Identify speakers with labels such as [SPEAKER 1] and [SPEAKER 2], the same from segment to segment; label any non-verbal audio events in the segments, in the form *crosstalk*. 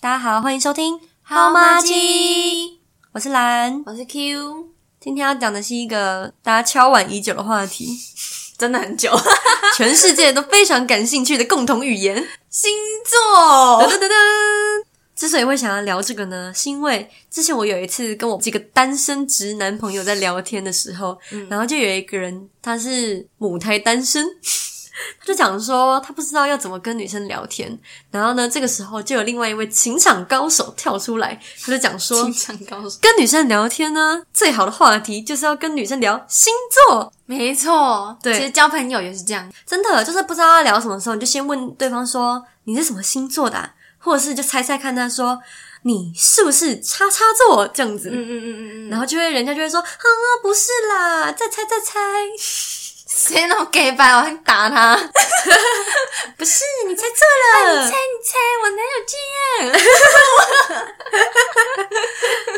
[SPEAKER 1] 大家好，欢迎收听《
[SPEAKER 2] 好妈鸡
[SPEAKER 1] 我是兰。
[SPEAKER 2] 我是 Q，
[SPEAKER 1] 今天要讲的是一个大家敲碗已久的话题，
[SPEAKER 2] *laughs* 真的很久。
[SPEAKER 1] 全世界都非常感兴趣的共同语言。
[SPEAKER 2] 星座哦 *laughs*
[SPEAKER 1] 噔噔噔噔！之所以会想要聊这个呢，是因为之前我有一次跟我几个单身直男朋友在聊天的时候，
[SPEAKER 2] 嗯
[SPEAKER 1] 然后就有一个人他是母胎单身， *laughs* 他就讲说他不知道要怎么跟女生聊天，然后呢，这个时候就有另外一位情场高手跳出来，他就讲说
[SPEAKER 2] 情。场高手，
[SPEAKER 1] 跟女生聊天呢，最好的话题就是要跟女生聊星座，
[SPEAKER 2] 没错，
[SPEAKER 1] 对
[SPEAKER 2] 其实交朋友也是这样，
[SPEAKER 1] 真的就是不知道要聊什么时候，你就先问对方说你是什么星座的啊、或者是就猜猜看他说你是不是叉叉座这样子，
[SPEAKER 2] 嗯嗯嗯嗯
[SPEAKER 1] 然
[SPEAKER 2] 后
[SPEAKER 1] 后就会人家就会说啊不是啦，再猜再猜，
[SPEAKER 2] 谁那么 gay 白，我想打 *laughs* 他，
[SPEAKER 1] 不是你猜
[SPEAKER 2] *laughs*
[SPEAKER 1] 错了，
[SPEAKER 2] 你猜我哪有这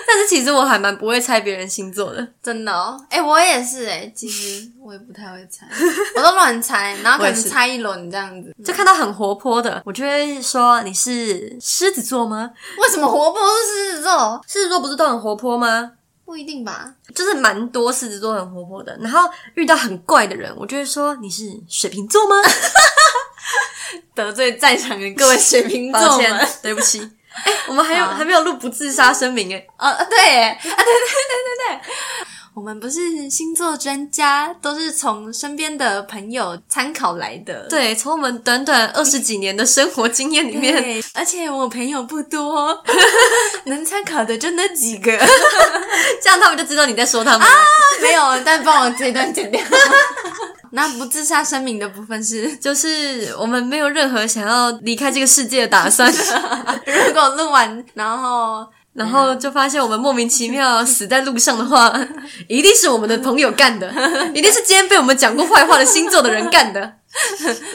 [SPEAKER 1] 但是其实我还蛮不会猜别人星座的，
[SPEAKER 2] 真的哦，哎、我也是哎、其实我也不太会猜， *laughs* 我都乱猜，然后可
[SPEAKER 1] 我也
[SPEAKER 2] 能
[SPEAKER 1] 是
[SPEAKER 2] 猜一轮这样子。
[SPEAKER 1] 就看到很活泼的，我就会说你是狮子座吗？
[SPEAKER 2] 为什么活泼是狮子座？
[SPEAKER 1] 狮子座不是都很活泼吗？
[SPEAKER 2] 不一定吧？
[SPEAKER 1] 就是蛮多狮子座很活泼的，然后遇到很怪的人，我就会说你是水瓶座吗？
[SPEAKER 2] 得罪在场的各位水
[SPEAKER 1] *laughs*
[SPEAKER 2] 瓶座
[SPEAKER 1] 抱
[SPEAKER 2] 们
[SPEAKER 1] 歉，对不起。 *laughs* 哎、我们还有
[SPEAKER 2] 好
[SPEAKER 1] 还没有录不自杀声明哎，
[SPEAKER 2] 哦，啊对 *laughs* 耶，啊，对对对对对，我们不是星座专家，都是从身边的朋友参考来的。
[SPEAKER 1] 对，从我们短短二十几年的生活经验里
[SPEAKER 2] 对，
[SPEAKER 1] 面，
[SPEAKER 2] *laughs* 而且我朋友不多， *laughs* 能参考的就那几个。
[SPEAKER 1] 这样他们就知道你在说他们。
[SPEAKER 2] *laughs* 没有，但帮我这一段剪掉。 *laughs* 那不自杀声明的部分是，
[SPEAKER 1] 就是我们没有任何想要离开这个世界的打 *laughs* 算，
[SPEAKER 2] 如果录完，然后
[SPEAKER 1] 然后就发现我们莫名其妙死在路上的话， *laughs* 一定是我们的朋友干 *laughs* 的，一定是今天被我们讲过坏话的星座的人干的，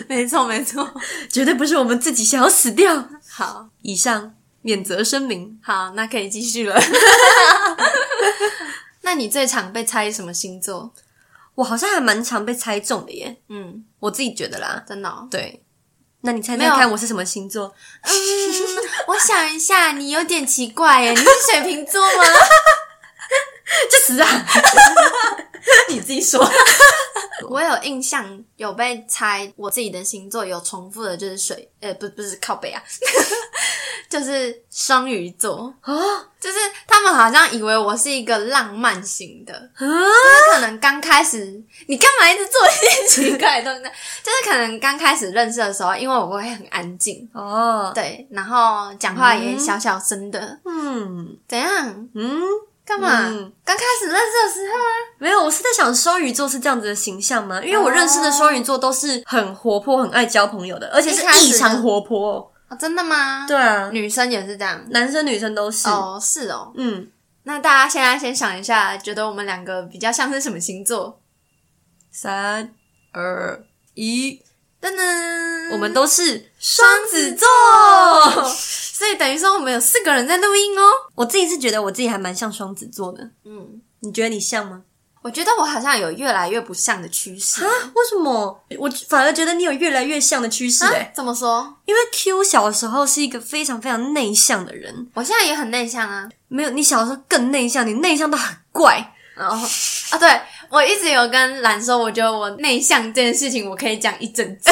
[SPEAKER 2] 没错没错，
[SPEAKER 1] 绝对不是我们自己想要死掉。
[SPEAKER 2] 好
[SPEAKER 1] 以上免责声明。
[SPEAKER 2] 好，那可以继续了。 *laughs* 那你最常被猜什么星座？
[SPEAKER 1] 我好像还蛮常被猜中的耶，
[SPEAKER 2] 嗯，
[SPEAKER 1] 我自己觉得啦。
[SPEAKER 2] 真的、哦。
[SPEAKER 1] 对，那你猜
[SPEAKER 2] 没
[SPEAKER 1] 猜
[SPEAKER 2] 有
[SPEAKER 1] 看我是什么星座？ *laughs*
[SPEAKER 2] 我想一下，你有点奇怪耶，你是水瓶座吗？
[SPEAKER 1] 去死啊！你自己说。
[SPEAKER 2] *laughs* 我有印象有被猜我自己的星座有重复的，就是水，呃，不，不是靠北啊， *laughs* 就是双鱼座，
[SPEAKER 1] 哦
[SPEAKER 2] 就是他们好像以为我是一个浪漫型的，
[SPEAKER 1] 啊！
[SPEAKER 2] 可能刚开始，你干嘛一直做一些奇怪的东西呢？就是可能刚开始认识的时候，因为我会很安静，
[SPEAKER 1] 哦，
[SPEAKER 2] 对，然后讲话也小小声的，
[SPEAKER 1] 嗯
[SPEAKER 2] 怎样？
[SPEAKER 1] 嗯，
[SPEAKER 2] 干嘛？
[SPEAKER 1] 嗯
[SPEAKER 2] 刚开始认识的时候啊，
[SPEAKER 1] 没有，我是在想双鱼座是这样子的形象吗？因为我认识的双鱼座都是很活泼、很爱交朋友的，而且是
[SPEAKER 2] 哦一开始
[SPEAKER 1] 异常活泼哦。
[SPEAKER 2] 哦真的吗？
[SPEAKER 1] 对，啊，
[SPEAKER 2] 女生也是这样。
[SPEAKER 1] 男生女生都是。
[SPEAKER 2] 哦，是哦。
[SPEAKER 1] 嗯，
[SPEAKER 2] 那大家现在先想一下，觉得我们两个比较像是什么星座？
[SPEAKER 1] 三二一，
[SPEAKER 2] 噔噔，
[SPEAKER 1] 我们都是
[SPEAKER 2] 双
[SPEAKER 1] 双
[SPEAKER 2] 子
[SPEAKER 1] 子
[SPEAKER 2] 座
[SPEAKER 1] 座。，
[SPEAKER 2] 所以等于说我们有四个人在录音哦。
[SPEAKER 1] 我自己是觉得我自己还蛮像双子座的，
[SPEAKER 2] 嗯，
[SPEAKER 1] 你觉得你像吗？
[SPEAKER 2] 我觉得我好像有越来越不像的趋势。
[SPEAKER 1] 啊？为什么？我反而觉得你有越来越像的趋势哎、
[SPEAKER 2] 啊怎么说？
[SPEAKER 1] 因为 Q 小时候是一个非常非常内向的人，
[SPEAKER 2] 我现在也很内向啊。
[SPEAKER 1] 没有你小时候更内向，你内向到很怪。*laughs*
[SPEAKER 2] 然后啊，对我一直有跟兰说，我觉得我内向这件事情，我可以讲一整
[SPEAKER 1] *laughs*
[SPEAKER 2] 集，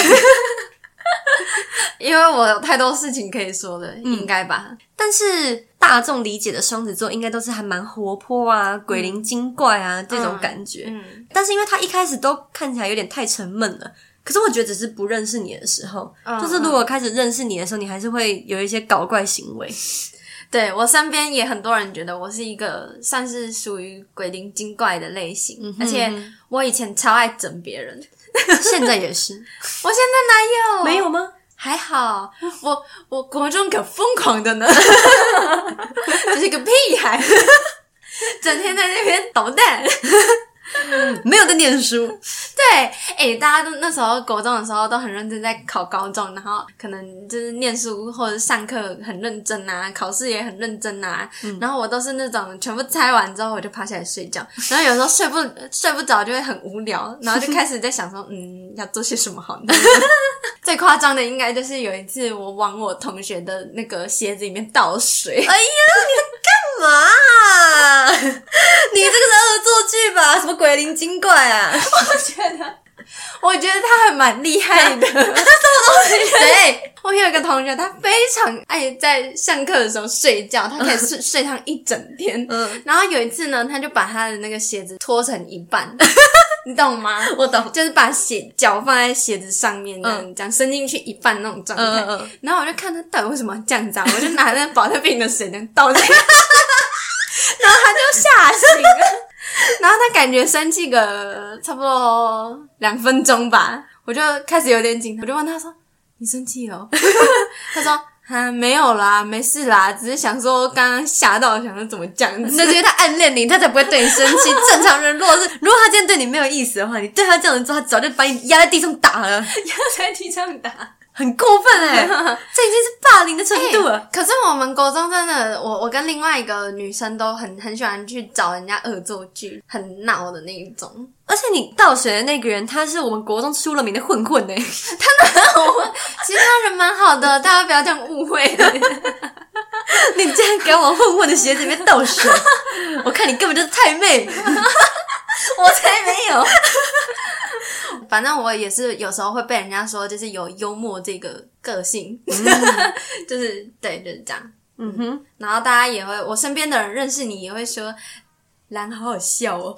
[SPEAKER 2] 因为我有太多事情可以说
[SPEAKER 1] 嗯
[SPEAKER 2] 了，应该吧？
[SPEAKER 1] 但是大众理解的双子座应该都是还蛮活泼啊、鬼灵精怪啊、这种感觉。
[SPEAKER 2] 嗯，
[SPEAKER 1] 但是因为他一开始都看起来有点太沉闷了，可是我觉得只是不认识你的时候，
[SPEAKER 2] 嗯
[SPEAKER 1] 就是如果开始认识你的时候，你还是会有一些搞怪行为。
[SPEAKER 2] 对我身边也很多人觉得我是一个算是属于鬼灵精怪的类型，
[SPEAKER 1] 嗯哼
[SPEAKER 2] 而且我以前超爱整别人，
[SPEAKER 1] 现在也
[SPEAKER 2] *laughs*
[SPEAKER 1] 是，
[SPEAKER 2] 我现在哪有？
[SPEAKER 1] 没有吗？
[SPEAKER 2] 还好，我我国中可疯
[SPEAKER 1] *laughs*
[SPEAKER 2] 狂的呢，就是个屁孩，整天在那边捣蛋。
[SPEAKER 1] 没有在念书，
[SPEAKER 2] *laughs* 对，哎、大家都那时候国中的时候都很认真在考高中，然后可能就是念书或者上课很认真啊，考试也很认真啊。然后我都是那种全部猜完之后我就趴下来睡觉，然后有时候睡不睡不着就会很无聊，然后就开始在想说，嗯，要做些什么好呢？ *laughs* 最夸张的应该就是有一次我往我同学的那个鞋子里面倒水，
[SPEAKER 1] 嘛？啊 *laughs* 你这个是恶作剧吧？什么鬼灵精怪啊？
[SPEAKER 2] 我觉得他还蛮厉害
[SPEAKER 1] *laughs*
[SPEAKER 2] 的。什么东西？ *laughs* 对，我有一个同学，他非常爱在上课的时候睡觉，他可
[SPEAKER 1] *laughs*
[SPEAKER 2] 以睡睡上一整天。
[SPEAKER 1] *laughs* 嗯，
[SPEAKER 2] 然后有一次呢，他就把他的那个鞋子脱成一
[SPEAKER 1] *laughs*
[SPEAKER 2] 半，你懂吗？
[SPEAKER 1] 我懂。
[SPEAKER 2] 就是把鞋脚放在鞋子上面，这样、
[SPEAKER 1] 嗯
[SPEAKER 2] 这样伸进去一半那种状态。
[SPEAKER 1] 嗯嗯嗯
[SPEAKER 2] 然后我就看他到底为什么要这样子、啊，我就拿那个保特瓶的水这样倒
[SPEAKER 1] *laughs*
[SPEAKER 2] 进去，然后他就吓醒了。然后他感觉生气个差不多两分钟吧，我就开始有点紧张，我就问他说：“ *laughs* 你生气了 *laughs* 哦？”他说：“啊，没有啦，没事啦，只是想说刚刚吓到，想说怎么这样子。”
[SPEAKER 1] 那是因为他暗恋你，他才不会对你生气。正常人如果是如果他今天对你没有意思的话，你对他这样子做，他早就把你压在地上打 *laughs* 了，
[SPEAKER 2] 要 *laughs* 在地上打。
[SPEAKER 1] 很过分哎、 *laughs* 这已经是霸凌的程度了。
[SPEAKER 2] 哎可是我们国中真的，我我跟另外一个女生都很很喜欢去找人家恶作剧，很闹的那一种。
[SPEAKER 1] 而且你倒水的那个人，他是我们国中出了名的混混哎、
[SPEAKER 2] 其实他人蛮好的，大家不要这样误会。
[SPEAKER 1] *laughs* 你竟然敢往混混的鞋子里面倒 *laughs* 水，我看你根本就是太 *laughs* 妹。
[SPEAKER 2] 我才没有。 *laughs* 反正我也是有时候会被人家说，就是有幽默这个个性， *laughs* 就是对，就是这样。
[SPEAKER 1] 嗯哼，
[SPEAKER 2] 然后大家也会，我身边的人认识你也会说，兰好好笑哦， *laughs*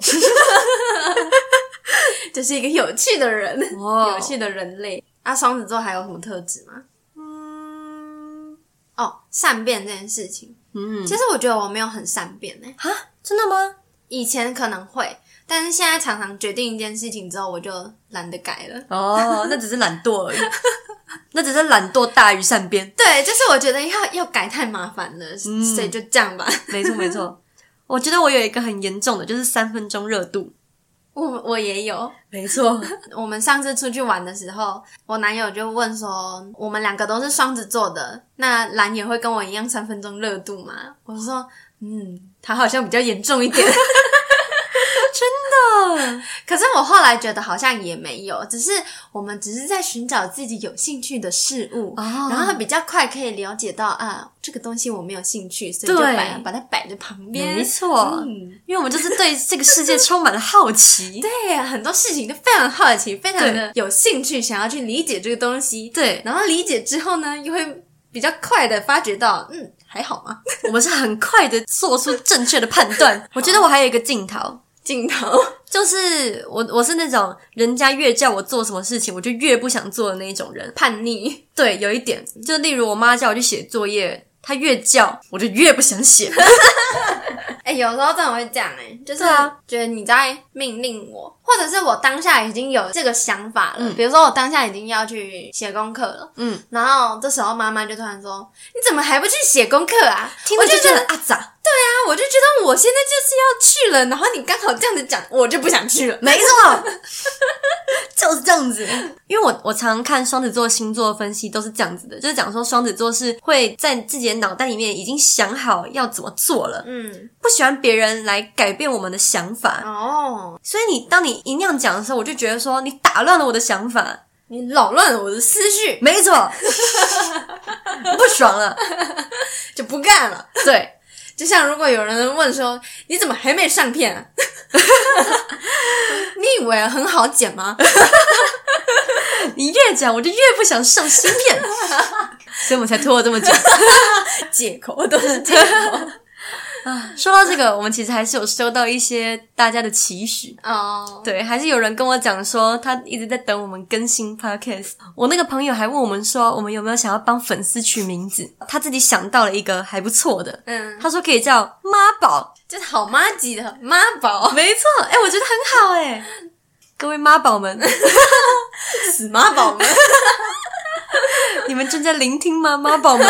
[SPEAKER 2] 就是一个有趣的人，
[SPEAKER 1] 哇
[SPEAKER 2] 有趣的人类。那、双子座还有什么特质吗？哦，善变这件事情，
[SPEAKER 1] 嗯，
[SPEAKER 2] 其实我觉得我没有很善变呢、
[SPEAKER 1] 啊，真的吗？
[SPEAKER 2] 以前可能会，但是现在常常决定一件事情之后，我就懒得改了。
[SPEAKER 1] 哦，那只是懒惰而已， *laughs* 那只是懒惰大于善变。
[SPEAKER 2] 对，就是我觉得要要改太麻烦了，所以就这样吧。 *laughs*
[SPEAKER 1] 没错没错，我觉得我有一个很严重的，就是三分钟热度。
[SPEAKER 2] 我我也有，
[SPEAKER 1] 没 *laughs* 错，
[SPEAKER 2] 我们上次出去玩的时候，我男友就问说，我们两个都是双子座的，那蓝也会跟我一样三分钟热度吗？我说，嗯，他好像比较严重一点。
[SPEAKER 1] 哦
[SPEAKER 2] 可是我后来觉得好像也没有，只是我们只是在寻找自己有兴趣的事物，
[SPEAKER 1] 哦
[SPEAKER 2] 然后比较快可以了解到啊，这个东西我没有兴趣，所以就
[SPEAKER 1] 对
[SPEAKER 2] 摆把它摆在旁边。
[SPEAKER 1] 没错，
[SPEAKER 2] 嗯
[SPEAKER 1] 因为我们就是对这个世界充满了好奇。
[SPEAKER 2] *laughs* 对，很多事情都非常好奇，非常
[SPEAKER 1] 对
[SPEAKER 2] 的有兴趣，想要去理解这个东西。
[SPEAKER 1] 对，
[SPEAKER 2] 然后理解之后呢，又会比较快的发觉到，嗯，还好吗？
[SPEAKER 1] 我们是很快的做出正确的判断。我觉得我还有一个镜头，
[SPEAKER 2] 镜头，
[SPEAKER 1] *laughs* 就是我我是那种人家越叫我做什么事情，我就越不想做的那一种人。
[SPEAKER 2] 叛 *laughs* 逆，
[SPEAKER 1] 对，有一点，就例如我妈叫我去写作业，她越叫我就越不想写。
[SPEAKER 2] 哎、有时候真的会这样、哎，就是
[SPEAKER 1] 对啊
[SPEAKER 2] 觉得你在命令我，或者是我当下已经有这个想法了，
[SPEAKER 1] 嗯
[SPEAKER 2] 比如说我当下已经要去写功课了，
[SPEAKER 1] 嗯，
[SPEAKER 2] 然后这时候妈妈就突然说：“你怎么还不去写功课啊？”
[SPEAKER 1] 听
[SPEAKER 2] 我
[SPEAKER 1] 了
[SPEAKER 2] 就
[SPEAKER 1] 就
[SPEAKER 2] 觉
[SPEAKER 1] 觉
[SPEAKER 2] 得
[SPEAKER 1] 得阿杂，
[SPEAKER 2] 啊，我就觉得我现在就是要去了，然后你刚好这样子讲，我就不想去了。
[SPEAKER 1] 没错， *laughs* 就是这样子。因为我我常看双子座星座分析都是这样子的，就是讲说双子座是会在自己的脑袋里面已经想好要怎么做了，
[SPEAKER 2] 嗯，
[SPEAKER 1] 不喜欢别人来改变我们的想法。
[SPEAKER 2] 哦，
[SPEAKER 1] 所以你当你一那样讲的时候，我就觉得说你打乱了我的想法。
[SPEAKER 2] 你扰乱了我的思绪，
[SPEAKER 1] 没错， *laughs* 不爽了。
[SPEAKER 2] 就不干了。
[SPEAKER 1] 对，
[SPEAKER 2] *laughs* 就像如果有人问说：“你怎么还没上片啊？” *laughs* 你以为很好剪 *laughs* 吗？
[SPEAKER 1] 你越讲我就越不想上芯片， *laughs* 所以我们才拖了这么 *laughs* 久。
[SPEAKER 2] 借口都是借
[SPEAKER 1] *laughs*
[SPEAKER 2] 口。
[SPEAKER 1] 啊说到这个，我们其实还是有收到一些大家的期许。
[SPEAKER 2] 哦，
[SPEAKER 1] 对，还是有人跟我讲说，他一直在等我们更新 podcast。我那个朋友还问我们说，我们有没有想要帮粉丝取名字？他自己想到了一个还不错的，
[SPEAKER 2] 嗯，
[SPEAKER 1] 他说可以叫妈宝。
[SPEAKER 2] 就是好妈级的妈宝，
[SPEAKER 1] 没错，哎、我觉得很好哎、各位妈宝们，
[SPEAKER 2] 死妈宝们。
[SPEAKER 1] *laughs* 你们正在聆听吗？妈宝们，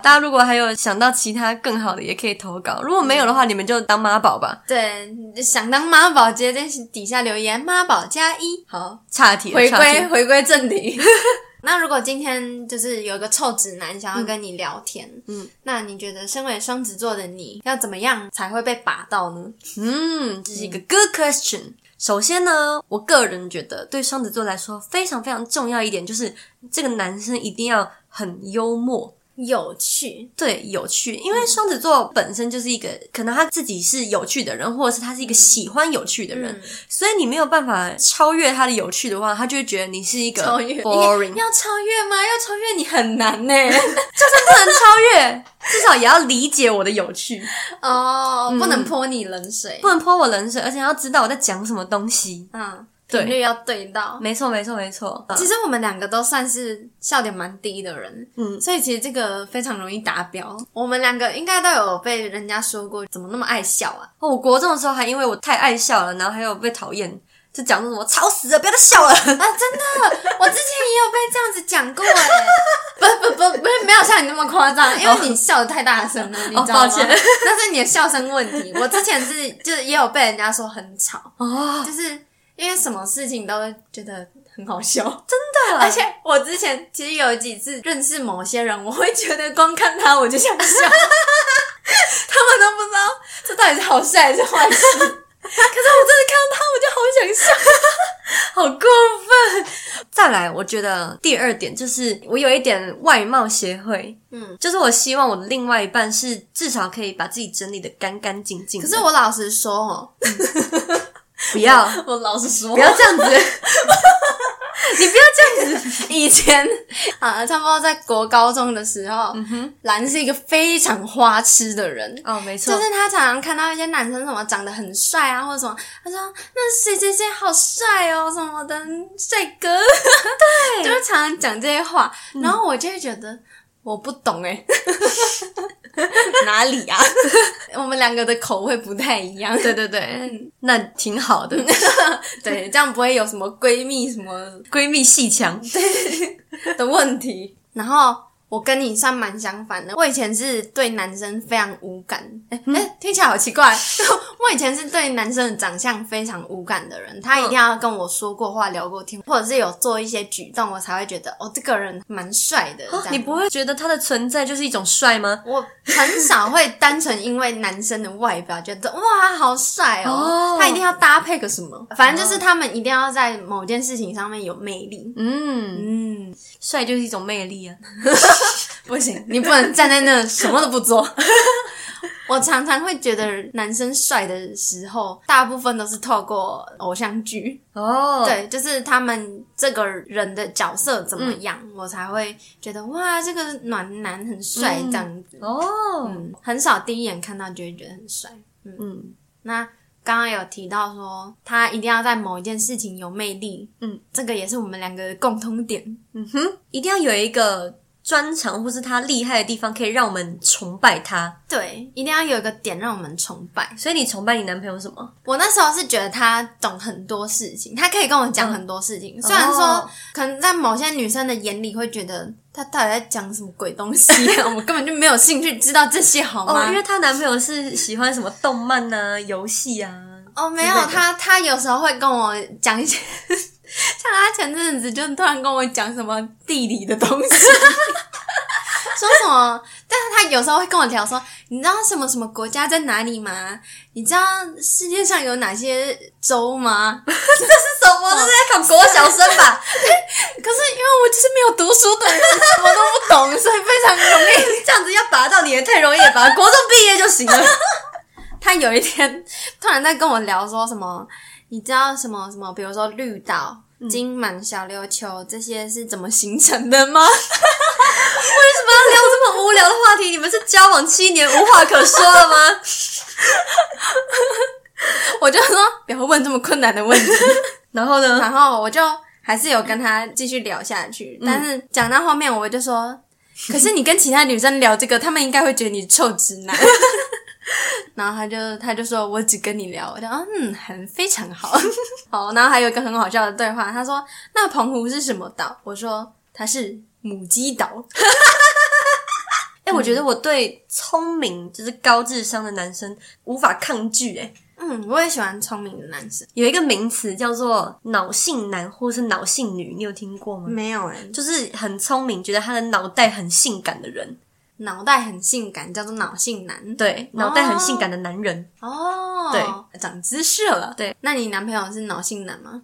[SPEAKER 1] 大家如果还有想到其他更好的，也可以投稿。如果没有的话，你们就当妈宝吧。
[SPEAKER 2] *laughs* 对，想当妈宝，直接在底下留言妈宝加一。好，
[SPEAKER 1] 岔题了，
[SPEAKER 2] *laughs* 回
[SPEAKER 1] 岔
[SPEAKER 2] 归
[SPEAKER 1] 题。
[SPEAKER 2] 回归正题。 *laughs* 那如果今天就是有一个臭直男想要跟你聊天，
[SPEAKER 1] 嗯嗯
[SPEAKER 2] 那你觉得身为双子座的你要怎么样才会被把到呢？
[SPEAKER 1] 嗯，这是一个 good question。首先呢，我个人觉得对双子座来说非常非常重要一点，就是这个男生一定要很幽默。
[SPEAKER 2] 有趣，
[SPEAKER 1] 对，有趣，因为双子座本身就是一个，可能他自己是有趣的人，或者是他是一个喜欢有趣的人，
[SPEAKER 2] 嗯
[SPEAKER 1] 所以你没有办法超越他的有趣的话，他就会觉得你是一个
[SPEAKER 2] 超越
[SPEAKER 1] boring，
[SPEAKER 2] 要超越吗？要超越你很难 *laughs* 呢、
[SPEAKER 1] 不能超越，至少也要理解我的有趣，
[SPEAKER 2] 哦，不能泼你冷水，
[SPEAKER 1] 不能泼我冷水，而且要知道我在讲什么东西。
[SPEAKER 2] 嗯，
[SPEAKER 1] 对
[SPEAKER 2] 频率要对到。
[SPEAKER 1] 没错，没错，没错。嗯
[SPEAKER 2] 其实我们两个都算是笑点蛮低的人，
[SPEAKER 1] 嗯
[SPEAKER 2] 所以其实这个非常容易达标。我们两个应该都有被人家说过，怎么那么爱笑啊？
[SPEAKER 1] 哦我国中的时候还因为我太爱笑了，然后还有被讨厌，就讲说什么吵死了，不要再笑了。
[SPEAKER 2] 啊，真的，我之前也有被这样子讲过哎。不 *laughs* 不不，不是没有像你那么夸张，因为你笑的太大声了，你知道吗？
[SPEAKER 1] 哦抱歉
[SPEAKER 2] *laughs* 那是你的笑声问题。我之前是就是也有被人家说很吵，
[SPEAKER 1] 哦，
[SPEAKER 2] 就是因为什么事情都觉得很好笑， *laughs*
[SPEAKER 1] 真的，
[SPEAKER 2] 而且我之前其实有几次认识某些人，我会觉得光看他我就想 *laughs* 笑，他们都不知道这到底是好事还是坏事。可是我真的看到他，我就好想笑。
[SPEAKER 1] 好过分！再来，我觉得第二点就是我有一点外貌协会，
[SPEAKER 2] 嗯，
[SPEAKER 1] 就是我希望我的另外一半是至少可以把自己整理的干干净净的。
[SPEAKER 2] *laughs* 可是我老实说哦，
[SPEAKER 1] 不要
[SPEAKER 2] *laughs* 我老实说
[SPEAKER 1] 不要这样子，
[SPEAKER 2] 你不要这样 *laughs* 子。以前啊，差不多在国高中的时候，兰是一个非常花痴的人。
[SPEAKER 1] *laughs* 哦，没错
[SPEAKER 2] 就，是他常常看到一些男生什么长得很帅啊，或者什么，他说那谁谁谁好帅哦什么的帅哥，对， *laughs* 就是常常讲这些话，
[SPEAKER 1] 嗯
[SPEAKER 2] 然后我就会觉得、我不懂哎、
[SPEAKER 1] *laughs*
[SPEAKER 2] 哪里啊？ *laughs* 我们两个的口味不太一样，嗯
[SPEAKER 1] 对对对，那挺好 *laughs* 的，
[SPEAKER 2] 对，这样不会有什么闺蜜什么
[SPEAKER 1] 闺蜜戏强，
[SPEAKER 2] 的问
[SPEAKER 1] *laughs*
[SPEAKER 2] 题。然后我跟你算蛮相反的，我以前是对男生非常无感，哎、诶听起来好奇怪。 *laughs* 我以前是对男生的长相非常无感的人，他一定要跟我说过话、聊过天，或者是有做一些举动，我才会觉得哦，这个人蛮帅的。这样
[SPEAKER 1] 啊你不会觉得他的存在就是一种帅吗？
[SPEAKER 2] 我很少会单纯因为男生的外表觉得哇好帅哦
[SPEAKER 1] 哦
[SPEAKER 2] 他一定要搭配个什么，反正就是他们一定要在某件事情上面有魅力。
[SPEAKER 1] 嗯，
[SPEAKER 2] 嗯，
[SPEAKER 1] 帅就是一种魅力啊。
[SPEAKER 2] 不行，你不能站在那什么都不做。 *laughs* 我常常会觉得男生帅的时候，大部分都是透过偶像剧，
[SPEAKER 1] 哦，，
[SPEAKER 2] 对，就是他们这个人的角色怎么样，我才会觉得哇，这个暖男很帅
[SPEAKER 1] 嗯
[SPEAKER 2] 这样子。
[SPEAKER 1] 哦，
[SPEAKER 2] 嗯，很少第一眼看到就会觉得很帅。
[SPEAKER 1] 嗯，
[SPEAKER 2] 那刚刚有提到说，他一定要在某一件事情有魅力，
[SPEAKER 1] 嗯，
[SPEAKER 2] 这个也是我们两个的共通点。
[SPEAKER 1] 一定要有一个专长或是他厉害的地方，可以让我们崇拜他。
[SPEAKER 2] 对，一定要有一个点让我们崇拜。
[SPEAKER 1] 所以你崇拜你男朋友什么？
[SPEAKER 2] 我那时候是觉得他懂很多事情，他可以跟我讲很多事情。虽然说、
[SPEAKER 1] 哦
[SPEAKER 2] 可能在某些女生的眼里会觉得他到底在讲什么鬼东
[SPEAKER 1] *laughs*
[SPEAKER 2] 西啊，我根本就没有兴趣知道这些，好吗？
[SPEAKER 1] 哦，因为她男朋友是喜欢什么动漫啊、游戏啊。
[SPEAKER 2] 哦，没有
[SPEAKER 1] 之类的
[SPEAKER 2] 他，他有时候会跟我讲一些， *laughs* 像他前阵子就突然跟我讲什么地理的东
[SPEAKER 1] *laughs*
[SPEAKER 2] 西，说什么，但是他有时候会跟我聊说，你知道什么什么国家在哪里吗？你知道世界上有哪些州吗？
[SPEAKER 1] 什么？这是在考国小生吧？
[SPEAKER 2] 可是因为我就是没有读书的人，什么都不懂，所以非常容
[SPEAKER 1] *laughs*
[SPEAKER 2] 易。
[SPEAKER 1] 这样子要拔到你也太容易了吧？国中毕业就行了。
[SPEAKER 2] 他有一天突然在跟我聊说什么，你知道什么什么，比如说绿岛、金门、小琉球这些是怎么形成的吗？
[SPEAKER 1] 为什么要聊这么无聊的话题？你们是交往七年无话可说了吗？
[SPEAKER 2] 我就说不要问这么困难的问题，
[SPEAKER 1] 然后呢？
[SPEAKER 2] 然后我就还是有跟他继续聊下去，但是讲到后面我就说，可是你跟其他女生聊这个，他们应该会觉得你臭直 *laughs* 男。然后他就他就说，我只跟你聊，我就啊嗯，很非常好， *laughs* 好。然后还有一个很好笑的对话，他说那 *laughs* 澎湖是什么岛？我说它是母鸡岛。
[SPEAKER 1] 哎、我觉得我对聪明就是高智商的男生无法抗拒、欸。诶
[SPEAKER 2] 嗯，我也喜欢聪明的男生。
[SPEAKER 1] 有一个名词叫做脑性男或是脑性女，你有听过吗？
[SPEAKER 2] 没有哎、
[SPEAKER 1] 就是很聪明，觉得他的脑袋很性感的人，
[SPEAKER 2] 脑袋很性感，叫做脑性男。
[SPEAKER 1] 对，脑袋很性感的男人。
[SPEAKER 2] 哦，
[SPEAKER 1] 对，
[SPEAKER 2] 长知识了。
[SPEAKER 1] 对，
[SPEAKER 2] 那你男朋友是脑性男 *laughs* 吗？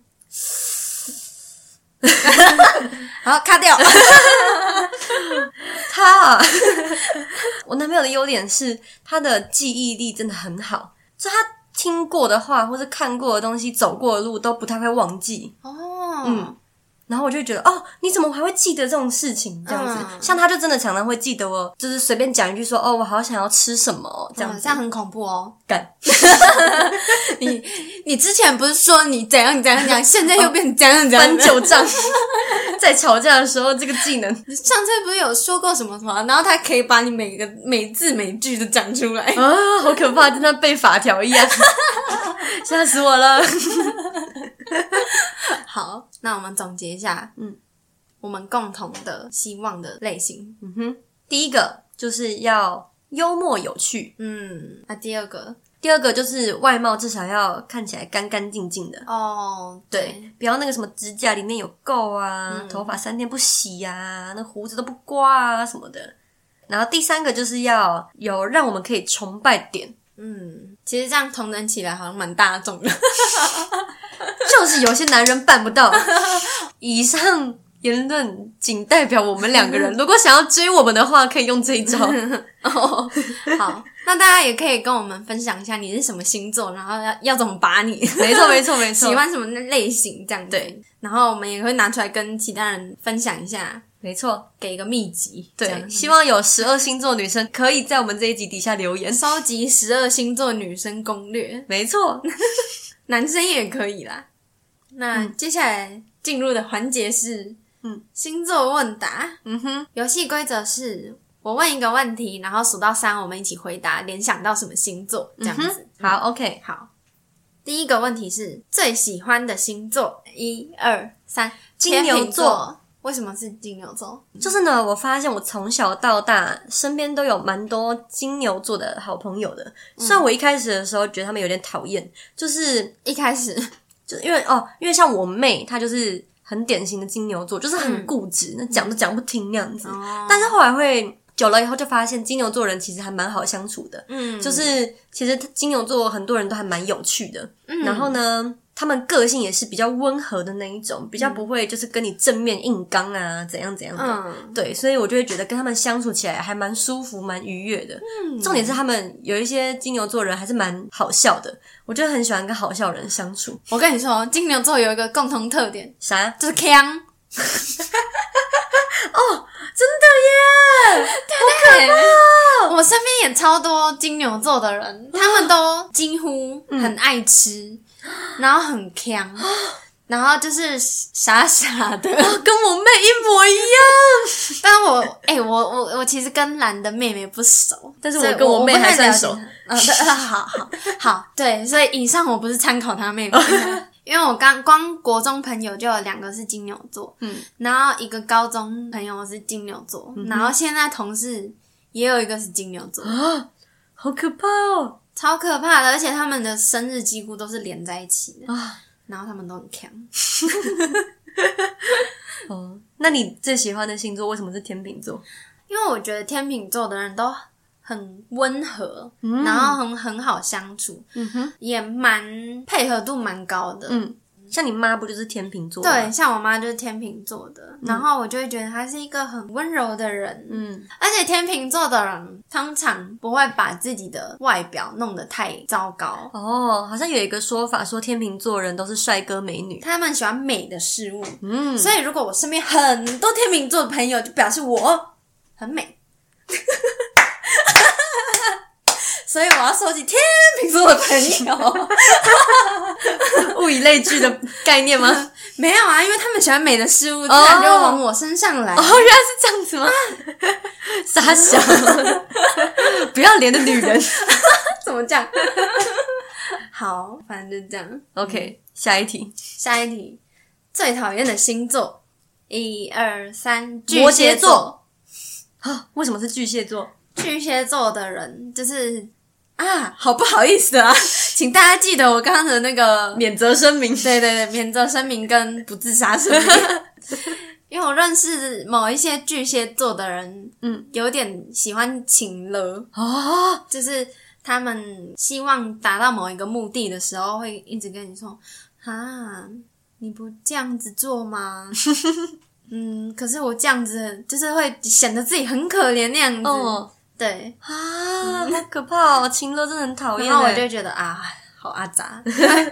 [SPEAKER 2] 好，卡掉。
[SPEAKER 1] 他 *laughs* 啊，我男朋友的优点是他的记忆力真的很好，就他听过的话或是看过的东西、走过的路都不太会忘记。
[SPEAKER 2] 哦，
[SPEAKER 1] 嗯，然后我就会觉得，哦，你怎么还会记得这种事情？这样子，
[SPEAKER 2] 嗯
[SPEAKER 1] 像他就真的常常会记得我，就是随便讲一句说，哦，我好想要吃什么哦，这
[SPEAKER 2] 这
[SPEAKER 1] 样
[SPEAKER 2] 样
[SPEAKER 1] 子，
[SPEAKER 2] 这样很恐怖哦。
[SPEAKER 1] 干，
[SPEAKER 2] 你你之前不是说你怎样怎样 *laughs* 怎样，现在又变成怎样怎样？
[SPEAKER 1] 翻
[SPEAKER 2] *laughs*
[SPEAKER 1] 旧账， *laughs* 在吵架的时候这个技能，
[SPEAKER 2] 上次不是有说过什么什么，然后他可以把你每个每字每句都讲出来。
[SPEAKER 1] 啊，好可怕，就像背法条一样， *laughs* 吓死我了。
[SPEAKER 2] *laughs* 好，那我们总结一下，
[SPEAKER 1] 嗯，
[SPEAKER 2] 我们共同的希望的类型，
[SPEAKER 1] 嗯哼，第一个就是要幽默有趣，
[SPEAKER 2] 嗯，那第二个，
[SPEAKER 1] 第二个就是外貌至少要看起来干干净净的。
[SPEAKER 2] 哦，对，嗯
[SPEAKER 1] 对，不要那个什么指甲里面有垢啊，头发三天不洗啊，那胡子都不刮啊什么的。然后第三个就是要有让我们可以崇拜点， *laughs*
[SPEAKER 2] 嗯，其实这样同等起来好像蛮大众的，
[SPEAKER 1] 就是有些男人办不
[SPEAKER 2] *laughs*
[SPEAKER 1] 到。以上言论仅代表我们两个
[SPEAKER 2] *laughs*
[SPEAKER 1] 人，如果想要追我们的话，可以用这一招。
[SPEAKER 2] 哦，
[SPEAKER 1] *laughs*
[SPEAKER 2] 好，那大家也可以跟我们分享一下你是什么星座，然后要要怎么把你。
[SPEAKER 1] *laughs*
[SPEAKER 2] *laughs*
[SPEAKER 1] 没错，没错，没错，
[SPEAKER 2] 喜欢什么类型这样子，然后我们也会拿出来跟其他人分享一下，
[SPEAKER 1] 没错。
[SPEAKER 2] 给一个秘籍，这
[SPEAKER 1] 对，
[SPEAKER 2] 样
[SPEAKER 1] 希望有十二星座女生可以在我们这一集底下留言。
[SPEAKER 2] 收集十二星座女生攻略，
[SPEAKER 1] 没错，
[SPEAKER 2] 男生也可以啦。那接下来进入的环节是，
[SPEAKER 1] 嗯，
[SPEAKER 2] 星座问答。
[SPEAKER 1] 嗯哼，
[SPEAKER 2] 游戏规则是我问一个问题，然后数到三，我们一起回答，联想到什么星座这样
[SPEAKER 1] 嗯
[SPEAKER 2] 子
[SPEAKER 1] 哼。好，OK，
[SPEAKER 2] 好，第一个问题是最喜欢的星座，一二三，
[SPEAKER 1] 金牛座
[SPEAKER 2] 天秤座。为什么是金牛座？
[SPEAKER 1] 就是呢，我发现我从小到大身边都有蛮多金牛座的好朋友的。
[SPEAKER 2] 嗯
[SPEAKER 1] 虽然我一开始的时候觉得他们有点讨厌，就是
[SPEAKER 2] 一开始，
[SPEAKER 1] 就是因为哦，因为像我妹，她就是很典型的金牛座，就是很
[SPEAKER 2] 嗯哦
[SPEAKER 1] 固执，那讲都讲不听那样子。
[SPEAKER 2] *laughs* 但
[SPEAKER 1] 但是后来会久了以后，就发现金牛座人其实还蛮好相处的。
[SPEAKER 2] 嗯，
[SPEAKER 1] 就是其实金牛座很多人都还蛮有趣的，
[SPEAKER 2] 嗯
[SPEAKER 1] 然后呢，他们个性也是比较温和的那一种，比较不会就是跟你正面硬刚啊，怎样怎样的。
[SPEAKER 2] 嗯，
[SPEAKER 1] 对，所以我就会觉得跟他们相处起来还蛮舒服、蛮愉悦的。
[SPEAKER 2] 嗯
[SPEAKER 1] 重点是他们有一些金牛座人还是蛮好笑的，我就很喜欢跟好笑人相处。
[SPEAKER 2] 我跟你说，金牛座有一个共同特点，
[SPEAKER 1] 啥？
[SPEAKER 2] 就是腔。哦，
[SPEAKER 1] *laughs*
[SPEAKER 2] 真的耶！对 *laughs* 我身边也超多金牛座的人，他们都几乎很爱吃，然后很强，然后就是傻傻的。
[SPEAKER 1] 哦跟我妹一模一样。
[SPEAKER 2] 但我哎、我我我其实跟蓝的妹妹不熟，
[SPEAKER 1] 但是我
[SPEAKER 2] 所以我
[SPEAKER 1] 跟我妹
[SPEAKER 2] 不太
[SPEAKER 1] 还算
[SPEAKER 2] 了解
[SPEAKER 1] 熟
[SPEAKER 2] 她。嗯、对，呃好好好，对，所以以上我不是参考她 *laughs* 妹妹，因为我刚光国中朋友就有两个是金牛座，
[SPEAKER 1] 嗯，
[SPEAKER 2] 然后一个高中朋友是金牛座，然后现在同事也有一个是金牛座，
[SPEAKER 1] 好可怕哦！
[SPEAKER 2] 超可怕的，而且他们的生日几乎都是连在一起的，
[SPEAKER 1] 啊，
[SPEAKER 2] 然后他们都很强。
[SPEAKER 1] 哦，那你最喜欢的星座为什么是天秤座？
[SPEAKER 2] 因为我觉得天秤座的人都很温和，然后很很好相处，
[SPEAKER 1] 嗯哼，
[SPEAKER 2] 也蛮配合度蛮高的。
[SPEAKER 1] 嗯，像你妈不就是天秤座？
[SPEAKER 2] 对，，像我妈就是天秤座的，然后我就会觉得她是一个很温柔的人，
[SPEAKER 1] 嗯，
[SPEAKER 2] 而且天秤座的人通常不会把自己的外表弄得太糟糕，
[SPEAKER 1] 哦，好像有一个说法说天秤座人都是帅哥美女。
[SPEAKER 2] 他们喜欢美的事物，
[SPEAKER 1] 嗯，
[SPEAKER 2] 所以如果我身边很多天秤座的朋友，就表示我
[SPEAKER 1] *laughs*
[SPEAKER 2] 很美。 *laughs* 所以我要收集天秤座的朋友，
[SPEAKER 1] *laughs* 物以类聚的概念吗？哦，
[SPEAKER 2] 没有啊，因为他们喜欢美的事物，自然就会往我身上来。
[SPEAKER 1] 哦原来是这样子吗？ *laughs* 傻小， *laughs* 不要脸的女人。
[SPEAKER 2] 怎么讲？ *laughs* 好，反正就这样。
[SPEAKER 1] OK，下一题，
[SPEAKER 2] 下一题，最讨厌的星座，一二三，
[SPEAKER 1] 摩羯座。啊，为什么是巨蟹座？
[SPEAKER 2] 巨蟹座的人就是啊，好不好意思啊，请大家记得我刚刚的那个，
[SPEAKER 1] 免责声明。
[SPEAKER 2] 对对对，免责声明跟不自杀声明。
[SPEAKER 1] *laughs*
[SPEAKER 2] 因为我认识某一些巨蟹座的人，
[SPEAKER 1] 嗯，
[SPEAKER 2] 有点喜欢请了，
[SPEAKER 1] 哦，
[SPEAKER 2] 就是他们希望达到某一个目的的时候，会一直跟你说：“啊，你不这样子做吗？” *laughs* 嗯，可是我这样子就是会显得自己很可怜那样子。
[SPEAKER 1] 哦
[SPEAKER 2] 对，
[SPEAKER 1] 啊，好可怕哦！情勒真的很讨厌欸。
[SPEAKER 2] 然后我就觉得啊，好阿杂，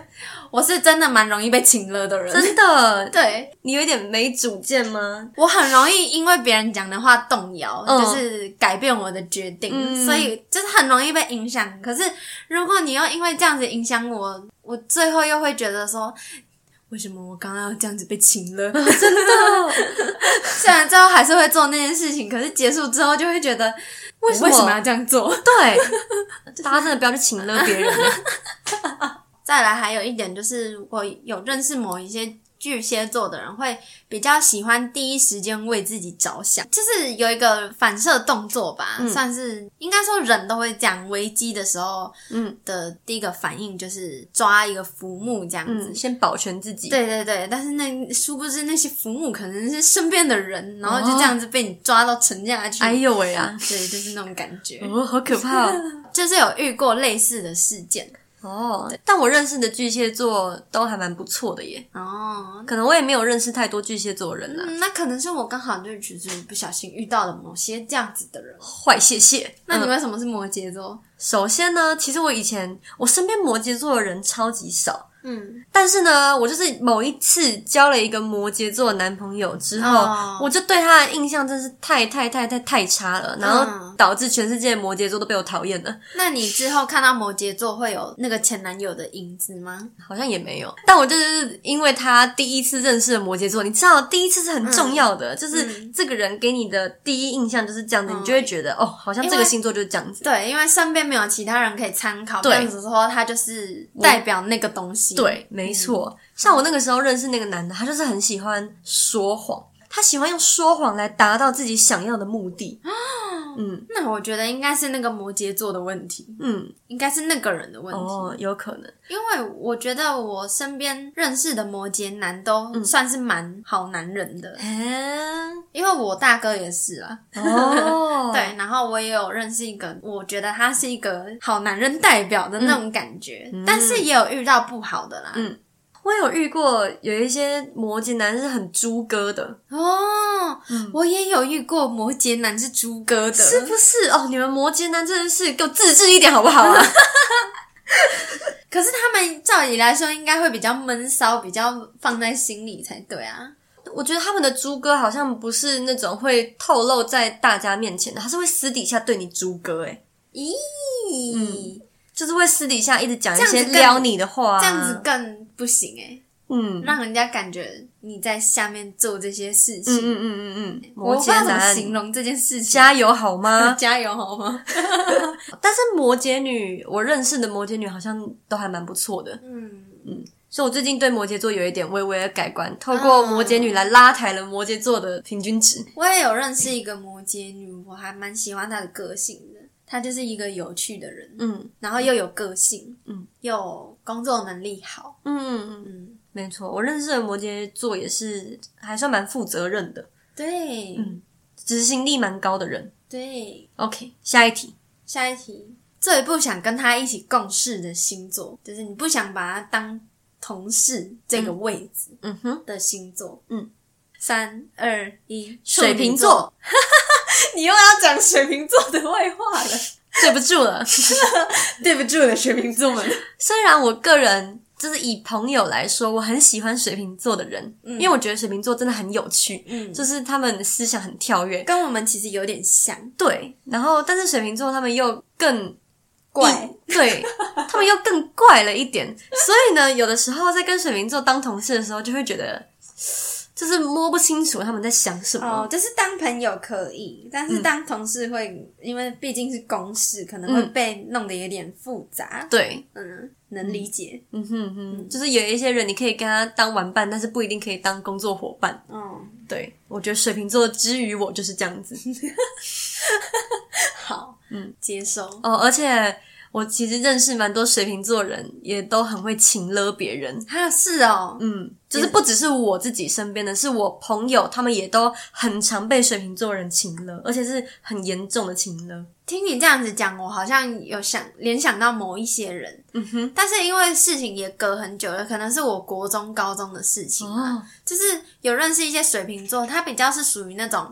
[SPEAKER 2] *laughs* 我是真的蛮容易被请了的人。
[SPEAKER 1] 真的，
[SPEAKER 2] 对
[SPEAKER 1] 你有一点没主见吗？
[SPEAKER 2] 我很容易因为别人讲的话动摇，
[SPEAKER 1] 嗯
[SPEAKER 2] 就是改变我的决定，
[SPEAKER 1] 嗯
[SPEAKER 2] 所以就是很容易被影响。可是如果你又因为这样子影响我，我最后又会觉得说。为什么我刚刚要这样子被
[SPEAKER 1] *laughs*
[SPEAKER 2] 请了？虽然最后还是会做那件事情，可是结束之后就会觉得，为什么
[SPEAKER 1] 为什么
[SPEAKER 2] 要这样做？
[SPEAKER 1] 对，大家真的不要去情勒别人 *laughs* 欸。
[SPEAKER 2] 再来还有一点就是，我有认识某一些巨蟹座的人，会比较喜欢第一时间为自己着想，就是有一个反射动作吧，
[SPEAKER 1] 嗯
[SPEAKER 2] 算是应该说人都会这样。危机的时候，
[SPEAKER 1] 嗯
[SPEAKER 2] 的第一个反应就是抓一个浮木这样子。
[SPEAKER 1] 嗯，先保全自己。
[SPEAKER 2] 对对对，但是那殊不知那些浮木可能是身边的人，然后就这样子被你抓到沉下去。
[SPEAKER 1] 哎呦喂啊！
[SPEAKER 2] 对，就是那种感觉，
[SPEAKER 1] 哦，好可怕哦！
[SPEAKER 2] 就是有遇过类似的事件
[SPEAKER 1] *laughs* 哦，但我认识的巨蟹座都还蛮不错的耶，
[SPEAKER 2] 哦。
[SPEAKER 1] 可能我也没有认识太多巨蟹座人啊。
[SPEAKER 2] 嗯，那可能是我刚好就只是不小心遇到了某些这样子的人。
[SPEAKER 1] 坏蟹蟹，
[SPEAKER 2] 那你
[SPEAKER 1] 嗯
[SPEAKER 2] 为什么是摩羯座？
[SPEAKER 1] 首先呢，其实我以前我身边摩羯座的人超级少，
[SPEAKER 2] 嗯，
[SPEAKER 1] 但是呢，我就是某一次交了一个摩羯座的男朋友之后，
[SPEAKER 2] 哦
[SPEAKER 1] 我就对他的印象真是太太太太太差了，然后
[SPEAKER 2] 嗯
[SPEAKER 1] 导致全世界的摩羯座都被我讨厌了，
[SPEAKER 2] 那你之后看到摩羯座会有那个前男友的影子吗？
[SPEAKER 1] 好像也没有。但我就是因为他第一次认识的摩羯座，你知道，第一次是很重要
[SPEAKER 2] 嗯
[SPEAKER 1] 的，就是这个人给你的第一印象就是这样子，你就会觉得哦，好像这
[SPEAKER 2] 因
[SPEAKER 1] 个
[SPEAKER 2] 为
[SPEAKER 1] 星座就是这样子。
[SPEAKER 2] 对，因为身边没有其他人可以参考，
[SPEAKER 1] 对
[SPEAKER 2] 这样子说他就是代表那个东西。
[SPEAKER 1] 对，没错。像我那个时候认识那个男的，他就是很喜欢说谎，他喜欢用说谎来达到自己想要的目的。
[SPEAKER 2] 啊
[SPEAKER 1] 嗯
[SPEAKER 2] 那我觉得应该是那个摩羯座的问题，
[SPEAKER 1] 嗯，
[SPEAKER 2] 应该是那个人的问题。
[SPEAKER 1] 哦，有可能。
[SPEAKER 2] 因为我觉得我身边认识的摩羯男
[SPEAKER 1] 嗯
[SPEAKER 2] 都算是蛮好男人的， *laughs* 因为我大哥也是啊啦。
[SPEAKER 1] 哦，
[SPEAKER 2] 对，然后我也有认识一个，我觉得他是一个好男人代表的那种感觉，但是也有遇到不好的啦。
[SPEAKER 1] 嗯我有遇过有一些摩羯男是很猪哥的，
[SPEAKER 2] 哦，我也有遇过摩羯男是猪哥的，
[SPEAKER 1] 是不是？哦，你们摩羯男真的是给我自制一点好不好
[SPEAKER 2] *laughs*
[SPEAKER 1] 啊？
[SPEAKER 2] 可是他们照理来说应该会比较闷骚，比较放在心里才对啊。
[SPEAKER 1] 我觉得他们的猪哥好像不是那种会透露在大家面前的，他是会私底下对你猪哥、欸，
[SPEAKER 2] 咦，
[SPEAKER 1] 嗯就是会私底下一直讲一
[SPEAKER 2] 这样子
[SPEAKER 1] 些
[SPEAKER 2] 更
[SPEAKER 1] 撩你的话、啊
[SPEAKER 2] 这样子，更不行哎、
[SPEAKER 1] 嗯，
[SPEAKER 2] 让人家感觉你在下面做这些事
[SPEAKER 1] 嗯
[SPEAKER 2] 情。
[SPEAKER 1] 嗯嗯嗯嗯，
[SPEAKER 2] 我
[SPEAKER 1] 摩
[SPEAKER 2] 不知
[SPEAKER 1] 羯
[SPEAKER 2] 道怎么
[SPEAKER 1] 男，
[SPEAKER 2] 形容这件事情，
[SPEAKER 1] 加油好
[SPEAKER 2] *laughs*
[SPEAKER 1] 吗？
[SPEAKER 2] 加油好吗？
[SPEAKER 1] 但是摩羯女，我认识的摩羯女好像都还蛮不错的，
[SPEAKER 2] 嗯。
[SPEAKER 1] 所以我最近对摩羯座有一点微微的改观，透过
[SPEAKER 2] 啊
[SPEAKER 1] 摩羯女来拉抬了摩羯座的平均值。
[SPEAKER 2] 我也有认识一个摩羯女，我还蛮喜欢她的个性的。她就是一个有趣的人，
[SPEAKER 1] 嗯
[SPEAKER 2] 然后又有个性，
[SPEAKER 1] 嗯，
[SPEAKER 2] 又工作能力好，
[SPEAKER 1] 嗯嗯嗯，
[SPEAKER 2] 嗯，
[SPEAKER 1] 没错，我认识的摩羯座也是还算蛮负责任的，
[SPEAKER 2] 对，
[SPEAKER 1] 嗯执行力蛮高的人。
[SPEAKER 2] 对。
[SPEAKER 1] OK，下一题，
[SPEAKER 2] 下一题，最不想跟她一起共事的星座，就是你不想把她当同事这个位置
[SPEAKER 1] 嗯哼，
[SPEAKER 2] 的星座，
[SPEAKER 1] 嗯。
[SPEAKER 2] 三二一，
[SPEAKER 1] 水瓶座，
[SPEAKER 2] *laughs* 你又要讲水瓶座的坏话了，
[SPEAKER 1] 对不住了。
[SPEAKER 2] *laughs* 对不住了，水瓶座们。
[SPEAKER 1] 虽然我个人就是以朋友来说，我很喜欢水瓶座的人，因为我觉得水瓶座真的很有趣，
[SPEAKER 2] 嗯
[SPEAKER 1] 就是他们的思想很跳跃，
[SPEAKER 2] 跟我们其实有点像，
[SPEAKER 1] 对。然后，但是水瓶座他们又更
[SPEAKER 2] 怪，
[SPEAKER 1] *laughs* 对他们又更怪了一点，所以呢，有的时候在跟水瓶座当同事的时候，就会觉得就是摸不清楚他们在想什么。
[SPEAKER 2] 哦，就是当朋友可以，但
[SPEAKER 1] 嗯
[SPEAKER 2] 是当同事会，因为毕竟是公事，可能会
[SPEAKER 1] 嗯
[SPEAKER 2] 被弄得有点复杂。
[SPEAKER 1] 对，嗯
[SPEAKER 2] 嗯，能理解。嗯
[SPEAKER 1] 嗯哼哼，就是有一些人你可以跟他当玩伴，但是不一定可以当工作伙伴。
[SPEAKER 2] 嗯，对，
[SPEAKER 1] 我觉得水瓶座的之于我就是这样
[SPEAKER 2] *laughs*
[SPEAKER 1] 子
[SPEAKER 2] 好，嗯，接受。
[SPEAKER 1] 哦，而且我其实认识蛮多水瓶座人，也都很会情勒别人。
[SPEAKER 2] 啊，是哦，
[SPEAKER 1] 嗯，就是不只是我自己身边的，是我朋友他们也都很常被水瓶座人情勒，而且是很严重的情勒。
[SPEAKER 2] 听你这样子讲，我好像有想联想到某一些人，
[SPEAKER 1] 嗯哼，
[SPEAKER 2] 但是因为事情也隔很久了，可能是我国中、高中的事情嘛，
[SPEAKER 1] 哦，
[SPEAKER 2] 就是有认识一些水瓶座，他比较是属于那种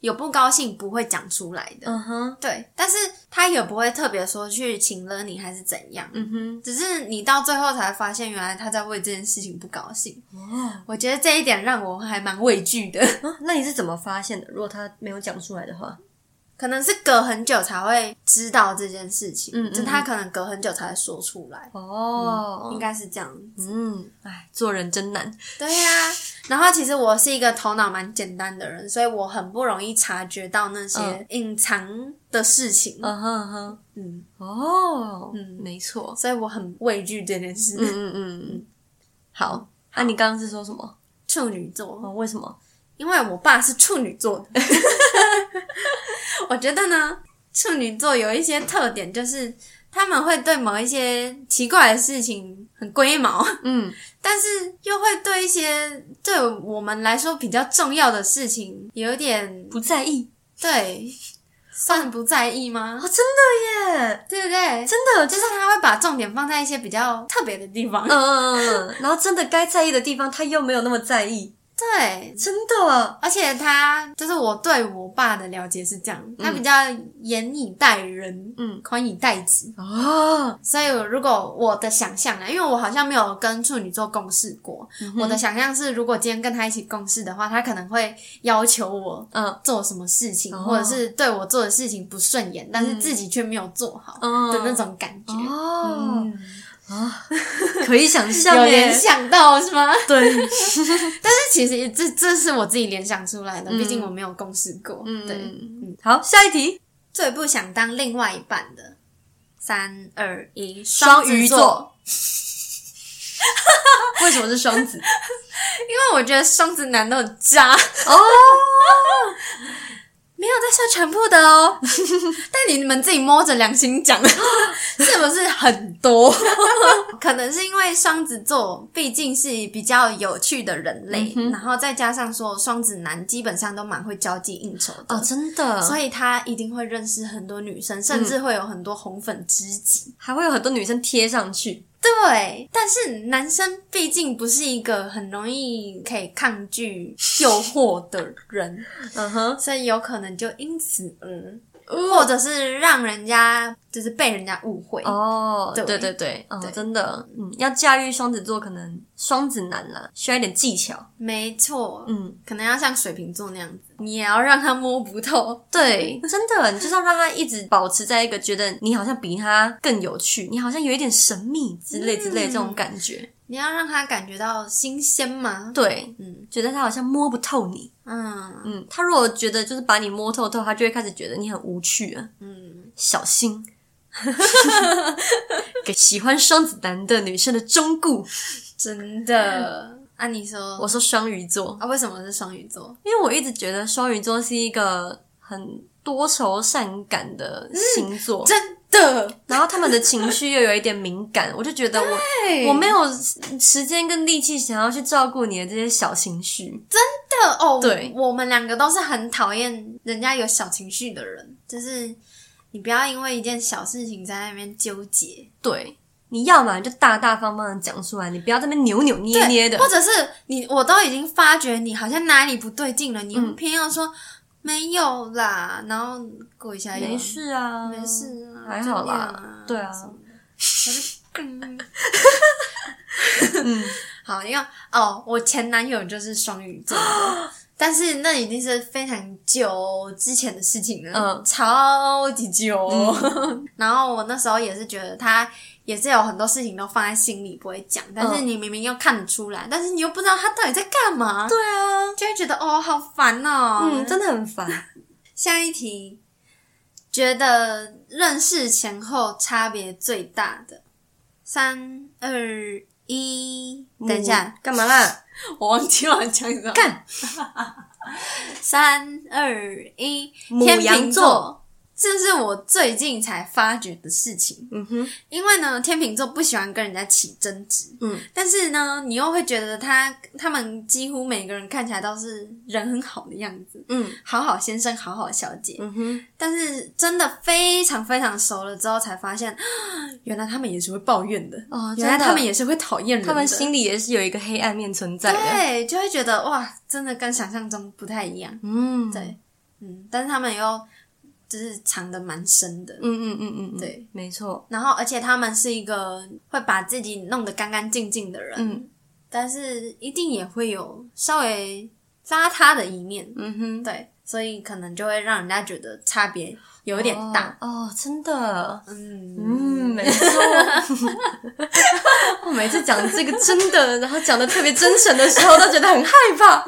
[SPEAKER 2] 有不高兴不会讲出来的，
[SPEAKER 1] 嗯哼，
[SPEAKER 2] 对，但是他也不会特别说去请了你还是怎样，
[SPEAKER 1] 嗯哼，
[SPEAKER 2] 只是你到最后才发现，原来他在为这件事情不高兴。
[SPEAKER 1] 哦，
[SPEAKER 2] 我觉得这一点让我还蛮畏
[SPEAKER 1] *laughs*
[SPEAKER 2] 惧的，
[SPEAKER 1] 啊那你是怎么发现的？如果他没有讲出来的话，
[SPEAKER 2] 可能是隔很久才会知道这件事情，
[SPEAKER 1] 嗯嗯
[SPEAKER 2] 就他可能隔很久才会说出来，
[SPEAKER 1] 哦
[SPEAKER 2] 应
[SPEAKER 1] 应该，
[SPEAKER 2] 该是这样。
[SPEAKER 1] 嗯，哎，做人真难。
[SPEAKER 2] 对呀、然后其实我是一个头脑蛮简单的人，所以我很不容易察觉到那些
[SPEAKER 1] 嗯
[SPEAKER 2] 隐藏的事情，
[SPEAKER 1] 嗯哼嗯哼，
[SPEAKER 2] 嗯，
[SPEAKER 1] 哦，
[SPEAKER 2] 嗯
[SPEAKER 1] 没错。
[SPEAKER 2] 所以我很畏惧这件事。
[SPEAKER 1] 嗯嗯嗯嗯，好。那、你刚刚是说什么？
[SPEAKER 2] 处女座，
[SPEAKER 1] 哦，为什么？
[SPEAKER 2] 因为我爸是处女座的， *laughs* 我觉得呢，处女座有一些特点，就是他们会对某一些奇怪的事情很龟毛， *laughs*
[SPEAKER 1] 嗯，
[SPEAKER 2] 但是又会对一些对我们来说比较重要的事情有点
[SPEAKER 1] 不在意
[SPEAKER 2] 对，算不在意吗？
[SPEAKER 1] 哦，真的耶，
[SPEAKER 2] 对不对？
[SPEAKER 1] 真的
[SPEAKER 2] 就是他会把重点放在一些比较特别的地方，
[SPEAKER 1] 嗯嗯嗯，嗯，然后真的该在意的地方，他又没有那么在意，
[SPEAKER 2] 对，
[SPEAKER 1] 真的。
[SPEAKER 2] 而且他就是我对我爸的了解是这样，他比较严以待人，
[SPEAKER 1] 嗯
[SPEAKER 2] 宽以待己。
[SPEAKER 1] 哦，
[SPEAKER 2] 所以如果我的想象啊，因为我好像没有跟处女座共事过，
[SPEAKER 1] 嗯
[SPEAKER 2] 我的想象是，如果今天跟他一起共事的话，他可能会要求我
[SPEAKER 1] 嗯
[SPEAKER 2] 做什么事情，
[SPEAKER 1] 哦
[SPEAKER 2] 或者是对我做的事情不顺眼，但是自己却没有做好
[SPEAKER 1] 嗯
[SPEAKER 2] 的那种感觉。
[SPEAKER 1] 哦
[SPEAKER 2] 嗯
[SPEAKER 1] 啊，可以想象
[SPEAKER 2] 有
[SPEAKER 1] 耶
[SPEAKER 2] 联，想到是吗？ *laughs*
[SPEAKER 1] 对，
[SPEAKER 2] 但是其实这这是我自己联想出来的，
[SPEAKER 1] 嗯
[SPEAKER 2] 毕竟我没有共事过。
[SPEAKER 1] 嗯
[SPEAKER 2] 对，
[SPEAKER 1] 嗯，好，下一题，
[SPEAKER 2] 最不想当另外一半的。三二一，
[SPEAKER 1] 双
[SPEAKER 2] 鱼
[SPEAKER 1] 鱼座，为什么是双
[SPEAKER 2] *laughs*
[SPEAKER 1] 子？
[SPEAKER 2] 因为我觉得双子男都很渣，
[SPEAKER 1] 哦，
[SPEAKER 2] 没有在说全部的 *laughs* 哦。但你们自己摸着良心讲， *laughs* 是不是很多？ *laughs* 可能是因为双子座毕竟是比较有趣的人类，然后再加上说双子男基本上都蛮会交际应酬的，嗯
[SPEAKER 1] 哦，真的，
[SPEAKER 2] 所
[SPEAKER 1] 以
[SPEAKER 2] 以他一定会认识很多女生，甚至会有很多红粉知己。
[SPEAKER 1] 还会有很多女生贴上去，
[SPEAKER 2] 对，但是男生毕竟不是一个很容易可以抗拒诱惑的
[SPEAKER 1] *laughs*
[SPEAKER 2] 人，
[SPEAKER 1] 嗯哼，
[SPEAKER 2] 所以有可能就因此而，
[SPEAKER 1] 嗯
[SPEAKER 2] 或者是让人家就是被人家误会。
[SPEAKER 1] 哦，
[SPEAKER 2] 对
[SPEAKER 1] 对对对，哦
[SPEAKER 2] 对，
[SPEAKER 1] 真的，嗯，要驾驭双子座，可能双子男啦，需要一点技巧，
[SPEAKER 2] 没错，
[SPEAKER 1] 嗯，
[SPEAKER 2] 可能要像水瓶座那样子，你也要让他摸不透。
[SPEAKER 1] 对，真的，你就是要让他一直保持在一个觉得你好像比他更有趣，你好像有一点神秘之类之类这
[SPEAKER 2] 嗯
[SPEAKER 1] 种感觉。
[SPEAKER 2] 你要让他感觉到新鲜嘛？
[SPEAKER 1] 对，
[SPEAKER 2] 嗯
[SPEAKER 1] 觉得他好像摸不透你。
[SPEAKER 2] 嗯
[SPEAKER 1] 嗯，他如果觉得就是把你摸透透，他就会开始觉得你很无趣了。
[SPEAKER 2] 嗯，
[SPEAKER 1] 小
[SPEAKER 2] *laughs*
[SPEAKER 1] 心， *laughs* 给喜欢双子男的女生的忠告。
[SPEAKER 2] 真的。按、你说，
[SPEAKER 1] 嗯我说双鱼座，
[SPEAKER 2] 啊，为什么是双鱼座？
[SPEAKER 1] 因为我一直觉得双鱼座是一个很多愁善感的
[SPEAKER 2] 嗯
[SPEAKER 1] 星座，
[SPEAKER 2] 真的，
[SPEAKER 1] 然后他们的情绪又有一点敏感，我就觉得我
[SPEAKER 2] 对
[SPEAKER 1] 我没有时间跟力气想要去照顾你的这些小情绪。
[SPEAKER 2] 真的哦，
[SPEAKER 1] 对
[SPEAKER 2] 我们两个都是很讨厌人家有小情绪的人，就是你不要因为一件小事情在那边纠结，
[SPEAKER 1] 对，你要嘛你就大大方方的讲出来，你不要在那边扭扭捏
[SPEAKER 2] 对
[SPEAKER 1] 捏的
[SPEAKER 2] 或。者是你我都已经发觉你好像哪里不对劲了，你
[SPEAKER 1] 嗯
[SPEAKER 2] 偏要说、没有啦，然后过一下又
[SPEAKER 1] 没、事啊，
[SPEAKER 2] 没。事啊，
[SPEAKER 1] 还好啦
[SPEAKER 2] 就那样啊
[SPEAKER 1] 对啊
[SPEAKER 2] 什么的还是嗯，好，因为哦，我前男友就是双鱼
[SPEAKER 1] *gasps*
[SPEAKER 2] 座的但是那已经是非常久之前的事情了，
[SPEAKER 1] 嗯
[SPEAKER 2] 超级久。 *laughs* 然后我那时候也是觉得他也是有很多事情都放在心里不会讲，但是
[SPEAKER 1] 嗯
[SPEAKER 2] 你明明又看得出来，但是你又不知道他到底在干嘛，
[SPEAKER 1] 对啊，
[SPEAKER 2] 就会觉得哦，好烦哦。
[SPEAKER 1] 嗯，真的很烦。 *laughs*
[SPEAKER 2] 下一题，觉得认识前后差别最大的，三二一，等一下，
[SPEAKER 1] 嗯干嘛啦？
[SPEAKER 2] 我忘记我要讲什么。
[SPEAKER 1] 干，
[SPEAKER 2] 三二一，
[SPEAKER 1] 母
[SPEAKER 2] 天
[SPEAKER 1] 羊
[SPEAKER 2] 秤
[SPEAKER 1] 座
[SPEAKER 2] 座，这是我最近才发觉的事情。
[SPEAKER 1] 嗯哼，
[SPEAKER 2] 因为呢，天秤座不喜欢跟人家起争执，
[SPEAKER 1] 嗯，
[SPEAKER 2] 但是呢，你又会觉得他他们几乎每个人看起来都是人很好的样子，
[SPEAKER 1] 嗯
[SPEAKER 2] 好好先生，好好小姐。
[SPEAKER 1] 嗯哼，
[SPEAKER 2] 但是真的非常非常熟了之后，才发现， *gasps* 啊原来他们也是会抱怨的，
[SPEAKER 1] 哦
[SPEAKER 2] 原来
[SPEAKER 1] 真的
[SPEAKER 2] 他们也是会讨厌人的，
[SPEAKER 1] 他们心里也是有一个黑暗面存在的。
[SPEAKER 2] 对，就会觉得哇，真的跟想象中不太一样。
[SPEAKER 1] 嗯，
[SPEAKER 2] 对，嗯，但是他们又就是藏的蛮深的，
[SPEAKER 1] 嗯嗯嗯嗯，嗯
[SPEAKER 2] 对，
[SPEAKER 1] 没错。
[SPEAKER 2] 然后而且他们是一个会把自己弄得干干净净的人，
[SPEAKER 1] 嗯
[SPEAKER 2] 但是一定也会有稍微邋遢的一面，
[SPEAKER 1] 嗯哼，
[SPEAKER 2] 对，所以可能就会让人家觉得差别有点大。
[SPEAKER 1] 哦，哦真的。
[SPEAKER 2] 嗯，
[SPEAKER 1] 嗯，没错。 *laughs* 我每次讲这个真的，然后讲的特别真诚的时候，都觉得很害怕。 *laughs*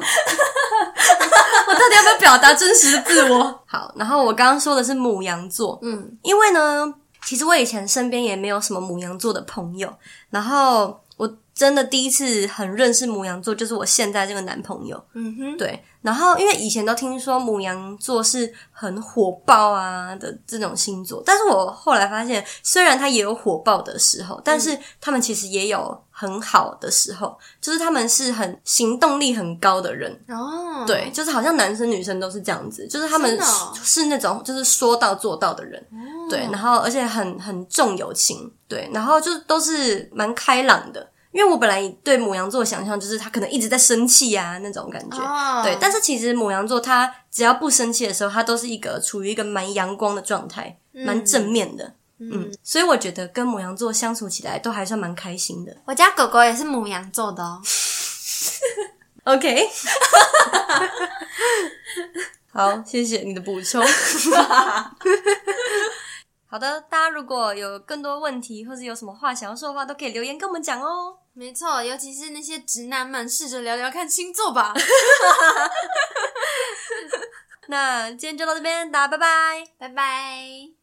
[SPEAKER 1] 我到底要不要表达真实的自我？好，然后我刚刚说的是母羊座，
[SPEAKER 2] 嗯
[SPEAKER 1] 因为呢，其实我以前身边也没有什么母羊座的朋友，然后我真的第一次很认识母羊座，就是我现在这个男朋友。
[SPEAKER 2] 嗯哼，
[SPEAKER 1] 对，然后因为以前都听说母羊座是很火爆啊的这种星座，但是我后来发现，虽然它也有火爆的时候，但
[SPEAKER 2] 嗯
[SPEAKER 1] 是他们其实也有很好的时候，就是他们是很行动力很高的人。
[SPEAKER 2] 哦，
[SPEAKER 1] 对，，就是好像男生女生都是这样子，就是他们
[SPEAKER 2] 真的哦
[SPEAKER 1] 是那种就是说到做到的人，对，然后而且很很重友情，对，然后就都是蛮开朗的。因为我本来对母羊座想象就是他可能一直在生气啊那种感觉，
[SPEAKER 2] 哦，
[SPEAKER 1] 对，但是其实母羊座他只要不生气的时候，他都是一个处于一个蛮阳光的状态，蛮正面的。嗯，所以我觉得跟母羊座相处起来都还算蛮开心的。
[SPEAKER 2] 我家狗狗也是母羊座的哦。
[SPEAKER 1] OK，好，谢谢你的补充。 *laughs* 好的，大家如果有更多问题或者有什么话想要说的话，都可以留言跟我们讲哦。
[SPEAKER 2] 没错，尤其是那些直男们，试着聊聊看星座吧。
[SPEAKER 1] 那今天就到这边，大家拜拜。
[SPEAKER 2] 拜拜。